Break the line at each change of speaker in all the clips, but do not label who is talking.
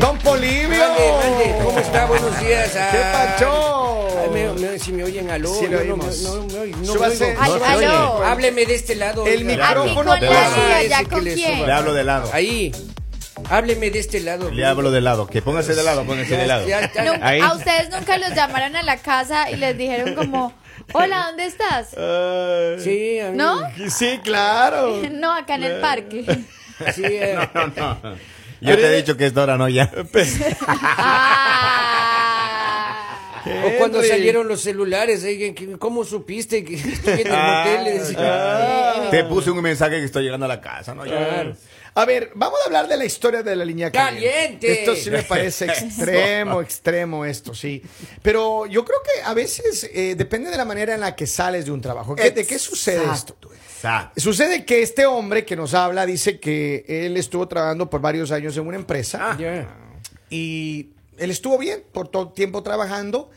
Don Polivio.
Mande, mande, ¿Cómo está? Buenos días. ah.
¿Qué pacho?
Ay, me- me- si me oyen, aló.
Sí, lo
yo no
oímos.
me- no me oigo, no me
Súbase.
oigo.
Al-
No se
aló.
oye.
Hábleme de este lado.
El
oiga.
Aquí
micrófono
con
te
Lali,
va.
allá
Ese que
con
le
quién.
suba.
Ya,
Ah, hablo
ya, hablo
de
de lado.
Ahí. Hábleme de este lado.
Le hablo de lado. Que póngase de lado, póngase de este lado.
Ya, ya,
Nunca-
Ahí.
A ustedes nunca los llamaron a la casa y les dijeron como, hola, ¿dónde estás?
Ay,
Sí, a mí-
¿No?
Sí, claro.
No, acá en el parque.
Sí, eh,
Yo te he dicho que es Dora, no ya.
Pues,
Ah.
O cuando
Henry.
salieron los celulares, oigan, ¿qué- ¿cómo supiste que estuve en el
Ah,
hotel?
ah.
Te puse un mensaje que estoy llegando a la casa, ¿no? Ya.
A ver, vamos a hablar de la historia de la línea caliente.
¡Caliente!
Esto sí me parece extremo, extremo esto, sí. Pero yo creo que a veces eh, depende de la manera en la que sales de un trabajo. ¿Qué- ¿De qué sucede esto?
Exacto.
Sucede que este hombre que nos habla dice que él estuvo trabajando por varios años en una
Ah.
empresa
Ya.
y él estuvo bien por todo el tiempo trabajando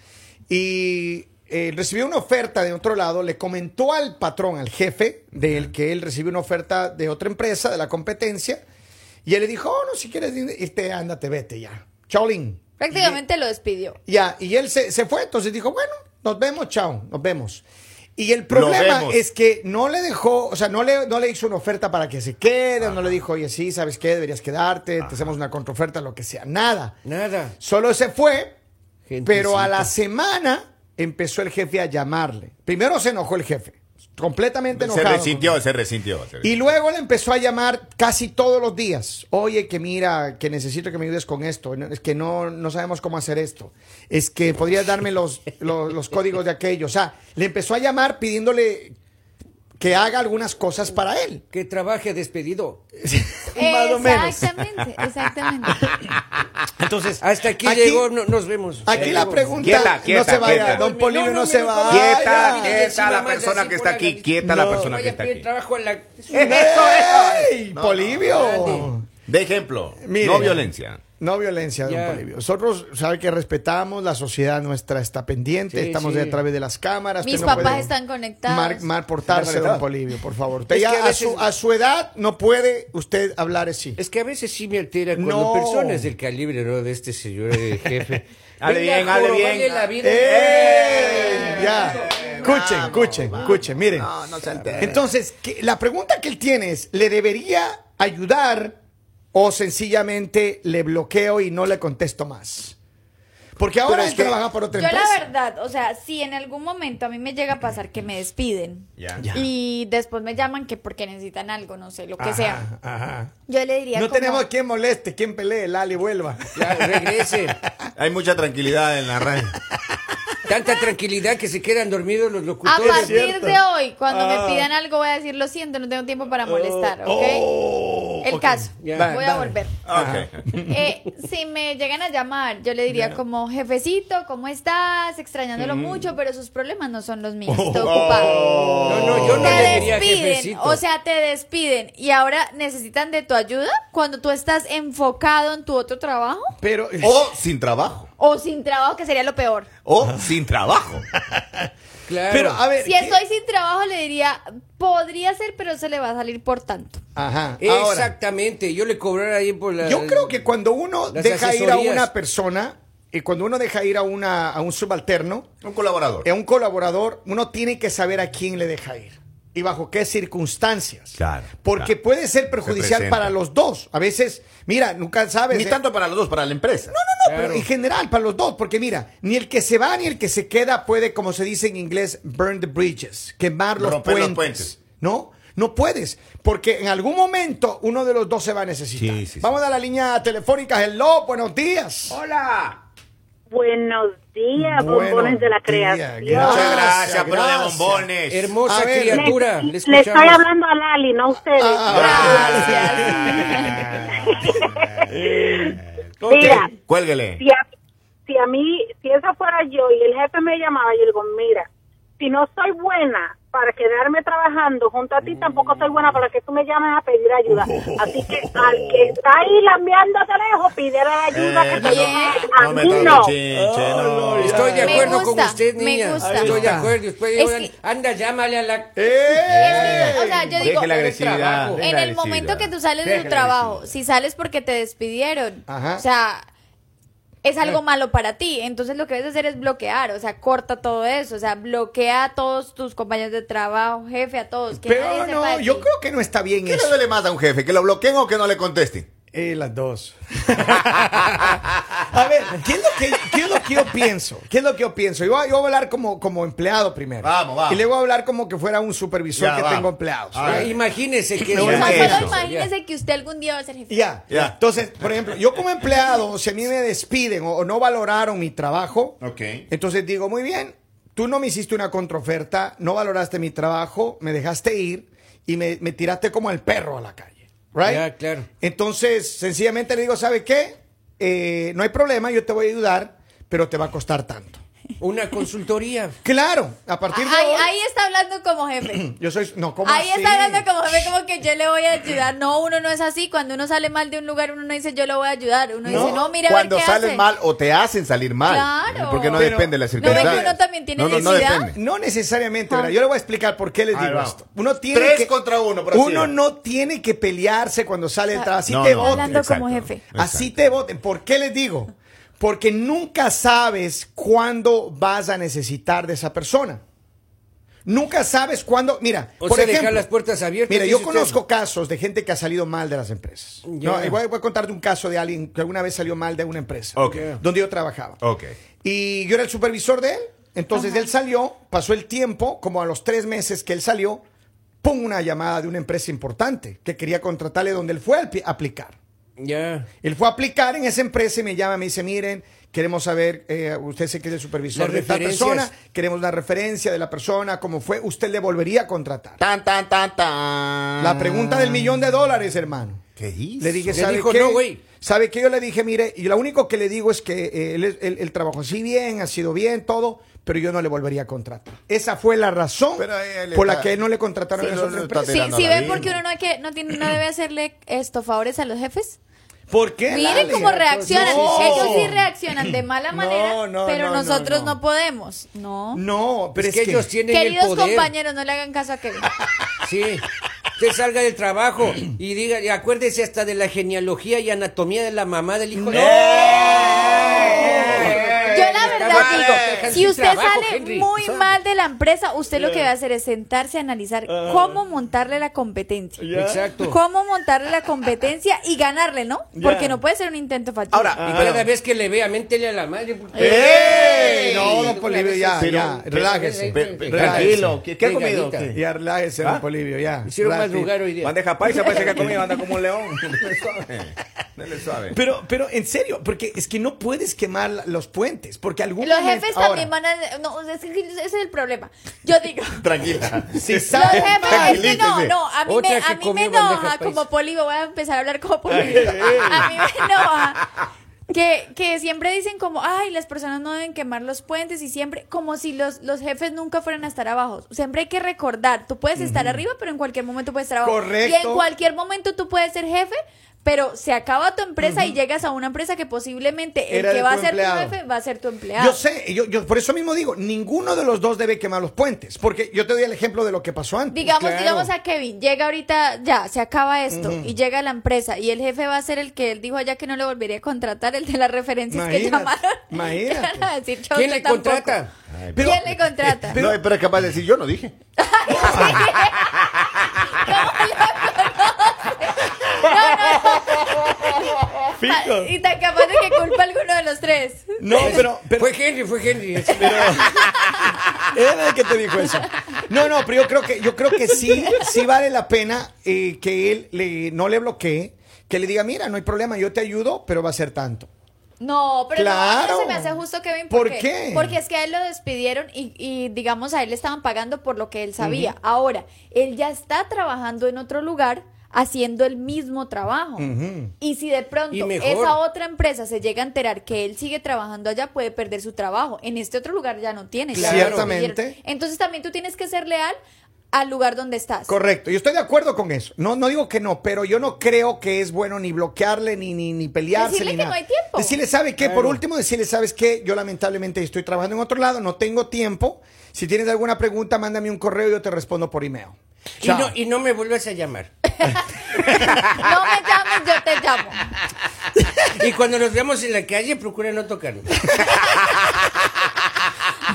y eh, recibió una oferta de otro lado, le comentó al patrón, al jefe, del que él recibió una oferta de otra empresa, de la competencia, y él le dijo, oh, no, si quieres irte, ándate, vete ya. Chaolín.
Prácticamente lo despidió.
Ya, y él se, se fue, entonces dijo, bueno, nos vemos, chao, nos vemos. Y el problema
vemos.
es que no le dejó, o sea, no le, no le hizo una oferta para que se quede, no le dijo, oye, sí, ¿sabes qué? Deberías quedarte, te hacemos una contraoferta, lo que sea, nada.
Nada.
Solo se fue,
Gentecita.
pero a la semana empezó el jefe a llamarle. Primero se enojó el jefe, completamente
Se
enojado.
resintió, se resintió. se
Y
resintió.
luego le empezó a llamar casi todos los días. Oye, que mira, que necesito que me ayudes con esto. No, Es que no, no sabemos cómo hacer esto. Es que podrías darme los, los, los códigos de aquello. O sea, le empezó a llamar pidiéndole que haga algunas cosas para él.
Que trabaje despedido.
Más o menos.
Exactamente, exactamente.
Entonces,
Hasta aquí,
Aquí-
llegó, no- nos vemos.
aquí la
Llegó.
pregunta.
Quieta, quieta,
no se vaya,
quieta.
don Polivio, no,
No, no,
se
no, no,
vaya.
no.
Quieta,
Ay,
quieta
ya,
la
ya, ya,
persona que
ya,
está
ya,
aquí,
ya,
quieta la
No.
persona que
Vaya,
está
pide
aquí.
trabajo en la...
¡Ey, Polivio!
De ejemplo,
Mire.
no violencia.
No violencia,
Ya.
don Polivio. Nosotros, sabe que respetamos, la sociedad nuestra está pendiente,
Sí,
estamos
sí.
a través de las cámaras.
Mis
usted
papás
puede
están conectados.
Mal, mal portarse,
¿Están
don
conectados?
Polivio, por favor. Usted
Es
ya
que a
a, su,
veces-
a su edad no puede usted hablar así.
Es que a veces sí me altera cuando
No.
personas del calibre ¿no? de este señor eh, jefe.
Hable
Venga,
bien, hable
jorobale
bien.
la vida.
¡Eh! Ya. Escuchen, escuchen, escuchen, miren.
no se alteren.
Entonces, que- la pregunta que él tiene es, ¿le debería ayudar o sencillamente le bloqueo y no le contesto más? Porque ahora
es
él
que-
trabaja por
Yo
otra empresa.
la verdad, o sea, si en algún momento a mí me llega a pasar que me despiden
Ya.
y después me llaman que porque necesitan algo, no sé, lo que sea,
Ajá, ajá.
yo le diría
No
como,
tenemos quien moleste, quien pelee, Lali, vuelva.
Ya, regrese.
Hay mucha tranquilidad en la radio.
Tanta tranquilidad que se quedan dormidos los
a
locutores.
partir
cierto.
de hoy, cuando
Ah.
me pidan algo voy a decir, lo siento, no tengo tiempo para molestar, ¿ok?
Oh,
El
ok.
caso,
oh, Ya.
Dale,
voy a
dale.
volver.
Ok.
Eh, si me llegan a llamar, yo le diría como, jefecito, ¿cómo estás?
Mm.
Extrañándolo mucho, pero sus problemas no son los míos, estoy ocupado.
Oh. No, no, yo no
te
le diría
despiden,
jefecito.
o sea, te despiden y ahora necesitan de tu ayuda cuando tú estás enfocado en tu otro trabajo
Pero oh,
O sin trabajo.
o sin trabajo, que sería lo peor.
O sin trabajo.
claro.
Pero, a ver.
Si
¿qué-
estoy sin trabajo, le diría, podría ser, pero se le va a salir por tanto.
Ajá. Ahora,
Exactamente, yo le cobrara ahí por la...
yo creo que cuando uno
Las
deja ir a
asesorías.
una persona y cuando uno deja ir a, una, a un subalterno,
Un colaborador.
a un colaborador, uno tiene que saber a quién le deja ir y bajo qué circunstancias.
Claro,
Porque
claro.
puede ser perjudicial
presenta.
para los dos. A veces, mira, nunca sabes.
Ni
eh,
tanto para los dos, para la empresa.
No, pero
Claro.
en general, para los dos, porque mira, ni el que se va ni el que se queda puede, como se dice en inglés, burn the bridges, quemar los,
Romper
puentes,
los puentes.
¿No? No puedes, porque en algún momento uno de los dos se va a necesitar.
Sí, sí, sí.
Vamos a la línea telefónica. Hello, buenos días.
¡Hola!
Buenos días,
Buenos
bombones de la
días,
creación.
gracias.
Muchas gracias,
Gracias,
por de
gracias.
bombones.
Hermosa
A ver,
Le,
criatura, le,
le
escuchamos.
estoy hablando a Lali, no a ustedes.
ah, Ok,
Mira.
Cuélguele.
si, a, si a mí, si esa fuera yo y el jefe me llamaba, yo digo, mira, si no soy buena para quedarme trabajando junto a ti, tampoco soy buena para que tú me llames a pedir ayuda. Así que al que está ahí lambiando de lejos, pidiera la ayuda
Eh,
que te
no,
a
No me
mí
toque,
no.
chinche, no.
Estoy de
Me
acuerdo con
gusta,
usted,
me
niña.
gusta.
Estoy de acuerdo. Después,
Es
oigan,
que-
anda, llámale a la...
¡Eh!
Es que, o sea, yo
Deje
digo,
la agresividad.
trabajo.
deje
En
la
el momento
agresividad.
que tú sales de
Deje
tu
la
trabajo,
agresividad.
si sales porque te despidieron,
Ajá. Eh.
o sea, es algo malo para ti. Entonces lo que debes hacer es bloquear, o sea, corta todo eso, o sea, bloquea a todos tus compañeros de trabajo, jefe, a todos. Que
Pero
nadie sepa
no,
de
yo
ti.
creo que no está bien
¿Qué
eso.
le duele más a un jefe? ¿Que lo bloqueen o que no le contesten?
Eh, las dos. a ver, ¿qué es, lo que, qué es lo que yo pienso? ¿Qué es lo que yo pienso? Yo, yo voy a hablar como, como empleado primero.
Vamos, vamos.
Y luego voy a hablar como que fuera un supervisor
Ya,
que
vamos. Ah,
tengo empleados.
A ver.
Imagínese que...
No,
O sea,
es
solo
eso.
imagínese que usted algún día va a ser jefe.
Ya.
Ya.
Entonces, por ejemplo, yo como empleado, si a mí me despiden o, o no valoraron mi trabajo,
Ok.
entonces digo, muy bien, tú no me hiciste una contraoferta, no valoraste mi trabajo, me dejaste ir y me, me tiraste como el perro a la calle. Right?
Ya, claro.
Entonces, sencillamente le digo, ¿sabe qué? Eh, no hay problema, yo te voy a ayudar, pero te va a costar tanto.
Una consultoría.
Claro, a partir de
ahí,
hoy,
ahí está hablando como jefe.
yo soy... No, ¿cómo
Ahí
así?
está hablando como jefe, como que yo le voy a ayudar. No, uno no es así. Cuando uno sale mal de un lugar, uno no dice yo le voy a ayudar. Uno dice, no, mira, a ver
Cuando
qué
sales
hace.
mal o te hacen salir mal.
Claro.
Porque no
Pero-
depende de las
¿No ven que
circunstancias.
uno también tiene
no, no, no
necesidad?
depende.
No necesariamente, ¿verdad? Yo le voy a explicar por qué les
Ah. Ahí
digo
vamos.
esto. Uno tiene
Tres
que-
contra uno, por así
Uno
decirlo. Ah.
no tiene que pelearse cuando sale del trabajo. Así
No,
te
no,
voten.
Hablando
exacto.
como jefe.
Así te voten. ¿Por qué les digo? Porque nunca sabes cuándo vas a necesitar de esa persona. Nunca sabes cuándo. Mira,
O
por
sea,
ejemplo,
dejar las puertas abiertas,
Mira, yo
dice usted.
conozco casos de gente que ha salido mal de las empresas.
Ya.
No, y voy, voy a contarte un caso de alguien que alguna vez salió mal de una empresa
Ok.
donde yo trabajaba.
Ok.
Y yo era el supervisor de él. Entonces él salió, pasó el tiempo, como a los tres meses que él salió, pum, una llamada de una empresa importante que quería contratarle donde él fue a apli- aplicar.
Ya.
Él fue a aplicar en esa empresa y me llama, me dice, miren, queremos saber, eh, usted sé que es el supervisor
Las
de tal
referencias.
persona, queremos la referencia de la persona, cómo fue, usted le volvería a contratar.
Tan, tan, tan, tan.
La pregunta del millón de dólares, hermano.
¿Qué hizo?
Le dije,
Le
¿sabe
dijo,
qué?
"No, güey".
¿Sabe qué? Yo le dije, mire, y lo único que le digo es que eh, él, él- él trabajó así bien, ha sido bien, todo, pero yo no le volvería a contratar. Esa fue la razón
Pero ahí él
por
está-
la que no le contrataron
Sí,
en
no,
esa otra
no está
empresa.
Sí,
tirando
sí
la
ven
vida.
porque uno no, hay que, no, tiene, no debe hacerle esto favores a los jefes.
¿Por qué?
Miren
Dale.
cómo reaccionan.
pues, No.
Ellos sí reaccionan de mala
No,
manera,
no,
pero
no, no,
nosotros
no.
no, podemos. No.
No, pero
Pues Es que ellos tienen
Queridos
el poder.
compañeros, no le hagan caso a Kevin.
Sí. Usted salga del trabajo y diga, y acuérdese hasta de la genealogía y anatomía de la mamá del hijo de...
¡Eh! Yo la verdad
Vale.
digo, si
Sin
usted
trabajo,
sale
Henry.
muy
O sea,
mal de la empresa, usted lo que va a hacer es sentarse a analizar cómo montarle la competencia.
Exacto.
Cómo montarle la competencia y ganarle, ¿no? Porque no puede ser un intento fallido.
Ahora,
Y cada vez que le vea, méntele a la madre. porque-
¡Ey! No,
Una
don Polivio,
vez-
ya,
Pero-
ya,
pero-
relájese.
pero- pero-
relájese.
Tranquilo, ¿qué, qué ha
Venga,
comido?
Anita.
¿Qué?
Ya relájese, don Polivio, ya.
Hicieron
Relájese.
madrugar hoy día.
Bandeja paisa, parece que ha comido, anda como un león.
Dele suave. Dele suave.
Pero, pero en serio, porque es que no puedes quemar la- los puentes, porque algún
los
momento-
jefes
ahora,
también van a... No, es que ese es el problema. Yo digo...
Tranquila.
Si
Los
saben-
jefes, es que no, no, a mí
Otra
me,
que
a mí me
comió
enoja
bandeja paisa.
como Poli, voy a empezar a hablar como Poli. A mí me enoja que, que siempre dicen como, ay, las personas no deben quemar los puentes y siempre, como si los, los jefes nunca fueran a estar abajo. Siempre hay que recordar, tú puedes estar arriba, pero en cualquier momento puedes estar abajo.
Correcto.
Y en cualquier momento tú puedes ser jefe. Pero se acaba tu empresa y llegas a una empresa que posiblemente el
Era de
que va a
tu
ser
empleado.
tu jefe va a ser tu empleado.
Yo sé, yo, yo por eso mismo digo, ninguno de los dos debe quemar los puentes, porque yo te doy el ejemplo de lo que pasó antes.
Digamos,
Claro.
digamos a Kevin, llega ahorita, ya, se acaba esto, y llega a la empresa, y el jefe va a ser el que él dijo allá que no le volvería a contratar, el de las referencias que
Imagínate,
llamaron.
imagínate.
Van a decir, chao,
¿Quién
yo
le
tampoco.
contrata?
Pero-
¿Quién le contrata?
No, pero es capaz de decir, yo no dije.
Ah, Y tan capaz de que culpa a alguno de los tres.
No, pero, pero
Fue Henry, fue Henry.
era el que te dijo eso. No, no, pero yo creo que, yo creo que sí, sí vale la pena eh, que él le, no le bloquee, que le diga, mira, no hay problema, yo te ayudo, pero va a ser tanto.
No, pero
Claro.
no, no se me hace justo Kevin.
¿Por
¿Por,
qué?
Porque es que a él lo despidieron y, y, digamos a él le estaban pagando por lo que él sabía. Ahora, él ya está trabajando en otro lugar haciendo el mismo trabajo. Y si de
Y
pronto
mejor.
esa otra empresa se llega a enterar que él sigue trabajando allá, puede perder su trabajo. En este otro lugar ya no tiene. ya lo
Ciertamente.
despidieron. Entonces también tú tienes que ser leal al lugar donde estás.
Correcto, yo estoy de acuerdo con eso. No, no digo que no, pero yo no creo que es bueno ni bloquearle, ni, ni, ni pelearse,
Decirle
ni
que
nada.
no hay tiempo.
Decirle, ¿sabe qué? Por último, decirle, ¿sabes qué? Yo lamentablemente estoy trabajando en otro lado, no tengo tiempo. Si tienes alguna pregunta, mándame un correo y yo te respondo por email.
Y
Chao.
no, y no me vuelvas a llamar.
No me llames, yo te llamo.
Y cuando nos veamos en la calle, procura no tocarnos.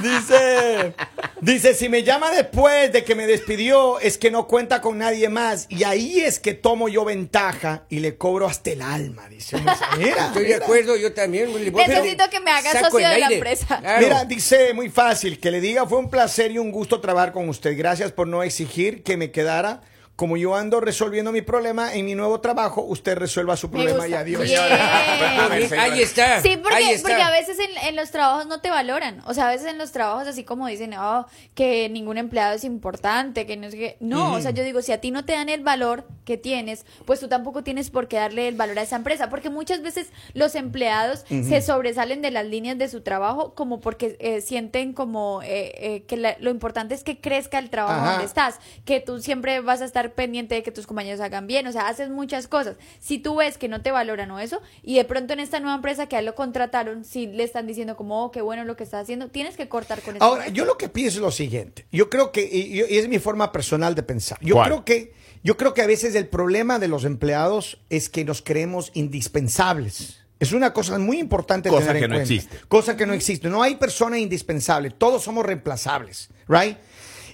Dice, dice, si me llama después de que me despidió, es que no cuenta con nadie más. Y ahí es que tomo yo ventaja y le cobro hasta el alma, dice. un mensaje. Mira,
Estoy de
mira.
acuerdo, yo también. le voy-
Necesito
pero
que me hagas
saco
socio
el
de la
aire.
empresa.
Claro.
Mira, dice muy fácil, que le diga fue un placer y un gusto trabajar con usted. Gracias por no exigir que me quedara. Como yo ando resolviendo mi problema en mi nuevo trabajo, usted resuelva su
Me
problema
gusta.
y adiós.
Bien.
A ver, señora.
ahí está.
Sí,
ahí
porque,
está.
porque a veces en, en los trabajos no te valoran. O sea, a veces en los trabajos, así como dicen, oh, que ningún empleado es importante, que no sé qué. No, o sea, yo digo, si a ti no te dan el valor que tienes, pues tú tampoco tienes por qué darle el valor a esa empresa. Porque muchas veces los empleados se sobresalen de las líneas de su trabajo, como porque eh, sienten como eh, eh, que la- lo importante es que crezca el trabajo
Ajá.
donde estás, que tú siempre vas a estar pendiente de que tus compañeros hagan bien, o sea, haces muchas cosas. Si tú ves que no te valoran o eso, y de pronto en esta nueva empresa que a él lo contrataron, si le están diciendo como, oh, qué bueno lo que estás haciendo, tienes que cortar con eso.
Ahora, yo lo que pienso es lo siguiente. Yo creo que, y, y- y es mi forma personal de pensar. Yo
¿Cuál?
creo que, yo creo que a veces el problema de los empleados es que nos creemos indispensables. Es una cosa muy importante
Cosa
tener
que
en
no
cuenta.
existe.
Cosa que no existe. No hay persona indispensable. Todos somos reemplazables, ¿right?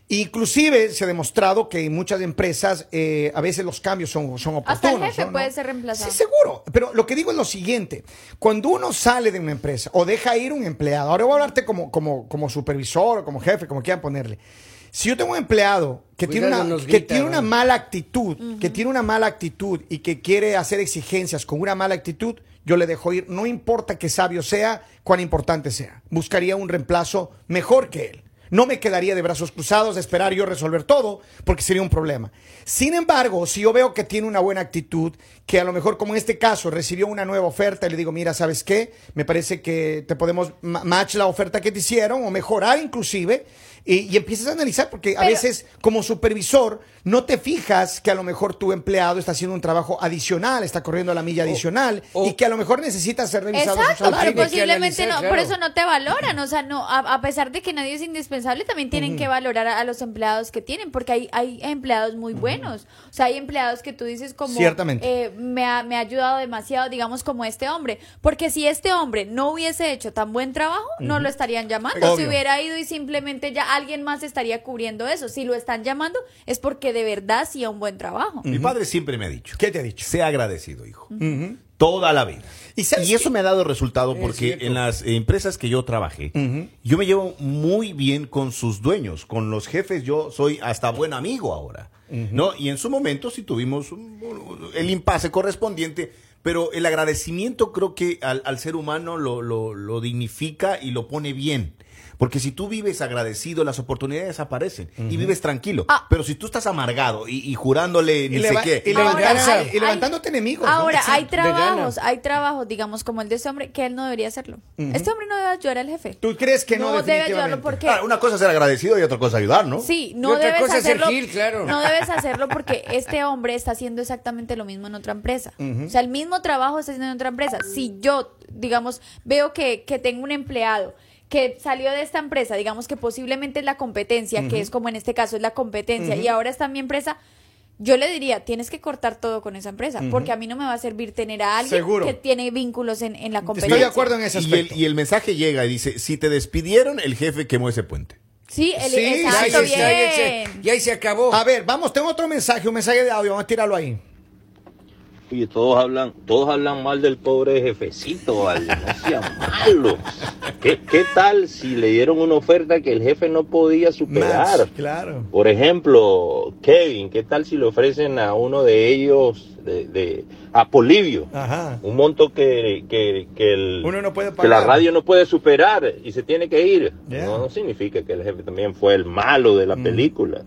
Inclusive se ha demostrado que en muchas empresas eh, a veces los cambios son, son oportunos.
Hasta el jefe
¿no?
puede ser reemplazado.
Sí, seguro. Pero lo que digo es lo siguiente. Cuando uno sale de una empresa o deja ir un empleado, ahora voy a hablarte como, como, como supervisor o como jefe, como quieran ponerle. Si yo tengo un empleado que, tiene
Cuidado,
una,
nos
que
grita,
tiene una
¿no?
mala actitud, que tiene una mala actitud y que quiere hacer exigencias con una mala actitud, yo le dejo ir. No importa que sabio sea, cuán importante sea. Buscaría un reemplazo mejor que él. No me quedaría de brazos cruzados a esperar yo resolver todo, porque sería un problema. Sin embargo, si yo veo que tiene una buena actitud, que a lo mejor como en este caso recibió una nueva oferta y le digo, mira, ¿sabes qué? Me parece que te podemos ma- match la oferta que te hicieron o mejorar inclusive. Y, y empiezas a analizar, porque a
Pero-
veces como supervisor no te fijas que a lo mejor tu empleado está haciendo un trabajo adicional, está corriendo la milla adicional
o-
y que a lo mejor necesita ser revisado su
Exacto,
salario.
pero
Tiene que
posiblemente
analizar,
no,
claro.
por eso no te valoran, o sea, no, a, a pesar de que nadie es indispensable, también tienen que valorar a, a los empleados que tienen, porque hay, hay empleados muy buenos, o sea, hay empleados que tú dices como,
Ciertamente.
eh, me, ha, me ha ayudado demasiado, digamos, como este hombre, porque si este hombre no hubiese hecho tan buen trabajo, no lo estarían llamando, si
Obvio.
hubiera ido y simplemente ya alguien más estaría cubriendo eso, si lo están llamando es porque de verdad hacía un buen trabajo.
Mi padre siempre me ha dicho.
¿Qué te ha dicho?
Sea agradecido, hijo. Toda la vida.
¿Y sabes
Y eso
qué?
me ha dado resultado
Es
porque
cierto.
en las eh, empresas que yo trabajé, yo me llevo muy bien con sus dueños, con los jefes. Yo soy hasta buen amigo ahora. ¿no? Y en su momento sí tuvimos un- un- el impasse correspondiente, pero el agradecimiento creo que al, al ser humano lo, lo- lo dignifica y lo pone bien. Porque si tú vives agradecido, las oportunidades aparecen y vives tranquilo.
Ah.
Pero si tú estás amargado y, y jurándole ni
Y,
sé
leva-
qué,
y
Ahora,
levantar-
hay-
y levantándote enemigos. ¿no?
Ahora, hay
De gana.
trabajos, hay trabajos, digamos, como el de este hombre, que él no debería hacerlo. Este hombre no debe ayudar al jefe.
¿Tú crees que no?
no debe ayudarlo
definitivamente?
porque...
Ahora, Ah, una cosa es ser agradecido y otra cosa ayudar, ¿no?
Sí,
Y
no
otra
debes
cosa es ser
hacerlo.
Gil, claro.
No debes hacerlo porque este hombre está haciendo exactamente lo mismo en otra empresa. O sea, el mismo trabajo está haciendo en otra empresa. Si yo, digamos, veo que, que tengo un empleado que salió de esta empresa, digamos que posiblemente es la competencia, que es como en este caso es la competencia, y ahora está en mi empresa. Yo le diría, tienes que cortar todo con esa empresa, porque a mí no me va a servir tener a alguien
Seguro.
que tiene vínculos en, en la competencia.
Estoy de acuerdo en ese
Y el,
aspecto.
y el mensaje llega y dice, si te despidieron, el jefe quemó ese puente.
Sí, el,
Sí,
Ahí
exacto,
está,
bien.
ahí está, Y ahí se acabó.
A ver, vamos, tengo otro mensaje, un mensaje de audio, vamos a tirarlo ahí.
Oye, todos hablan, todos hablan mal del pobre jefecito, vale, no sean malos. ¿Qué, qué tal si le dieron una oferta que el jefe no podía superar?
Match, claro.
Por ejemplo, Kevin, ¿qué tal si le ofrecen a uno de ellos, de, de- a Polivio,
Ajá.
un monto que, que- que el-
Uno no puede
que la
pagar.
radio no puede superar y se tiene que ir?
Yeah.
No, no significa que el jefe también fue el malo de la película.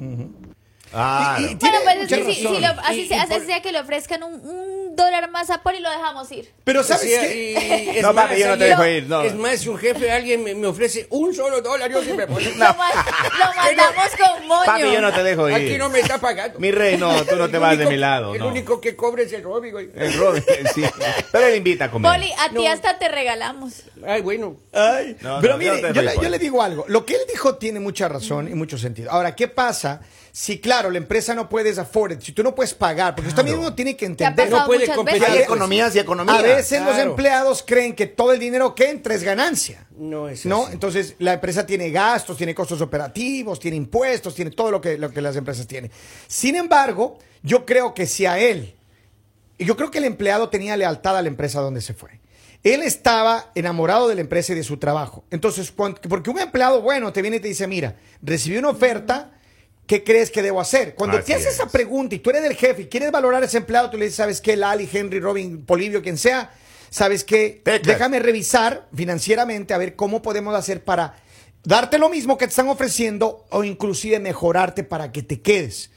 Ah,
Bueno, pues es
mucha
que si,
razón.
si lo- así,
Y-
sea,
y por-
así sea que le ofrezcan un, un dólar más a Paul y lo dejamos ir.
Pero ¿sabes
Sí,
qué?
y- y es
No,
más,
papi, yo no te
alguien-
dejo ir, no.
Es más, si un jefe, alguien me, me ofrece un solo dólar, yo siempre pongo.
Lo, ma- lo mandamos con moño.
Papi, yo no te dejo ir.
Aquí no me está pagando.
Mi rey, no, tú no
El
te vas de
único-
mi lado.
El
no.
único que cobra es el Robbie, güey.
El Robin, sí. Pero él invita a comer.
Poli, a ti
No.
hasta te regalamos.
Ay, bueno.
Ay,
No,
pero
no,
mire,
yo te
yo,
doy
le,
cuenta.
yo le digo algo. Lo que él dijo tiene mucha razón y mucho sentido. Ahora, ¿qué pasa si, claro, la empresa no puedes afford it, si tú no puedes pagar? Porque usted mismo tiene que
Te ha
entender.
pasado
no puede
muchas
competir.
Hay Ah,
veces.
economías y economías.
A veces los
Claro.
empleados creen que todo el dinero que entra es ganancia.
No es
¿No?
así.
Entonces, la empresa tiene gastos, tiene costos operativos, tiene impuestos, tiene todo lo que, lo que las empresas tienen. Sin embargo, yo creo que si a él, y yo creo que el empleado tenía lealtad a la empresa donde se fue. Él estaba enamorado de la empresa y de su trabajo. Entonces, cuan- porque un empleado bueno te viene y te dice, mira, recibí una oferta, ¿qué crees que debo hacer? Cuando
Así
te haces esa
es.
pregunta y tú eres el jefe y quieres valorar a ese empleado, tú le dices, ¿sabes qué? Lali, Henry, Robin, Polivio, quien sea, ¿sabes qué?
Teclas.
Déjame revisar financieramente a ver cómo podemos hacer para darte lo mismo que te están ofreciendo o inclusive mejorarte para que te quedes.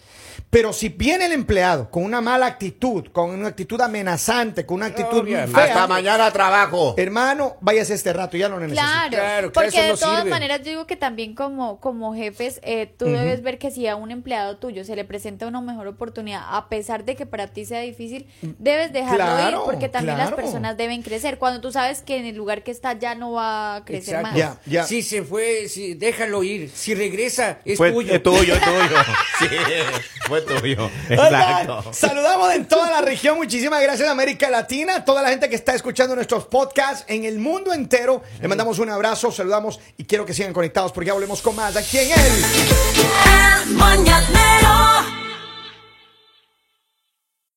Pero si viene el empleado con una mala actitud, con una actitud amenazante, con una actitud
Obviamente.
fea,
Hasta mañana trabajo.
hermano, váyase este rato, ya no necesito.
Claro,
Claro, claro,
porque
eso
de
no
todas
sirve.
maneras yo digo que también como, como jefes, eh, tú debes ver que si a un empleado tuyo se le presenta una mejor oportunidad, a pesar de que para ti sea difícil, debes dejarlo ir
Claro,
porque también las
claro.
personas deben crecer. Cuando tú sabes que en el lugar que está ya no va a crecer
Exacto.
más.
Ya, ya.
Si se fue, si, déjalo ir. Si regresa, es
Pues,
Fue
tuyo.
Es tuyo, es tuyo. Sí, fue tuyo. Exacto.
Oigan, saludamos en toda la región. Muchísimas gracias, América Latina. Toda la gente que está escuchando nuestros podcasts en el mundo entero. Le mandamos un abrazo, saludamos y quiero que sigan conectados porque ya volvemos con más aquí en él.
El mañanero.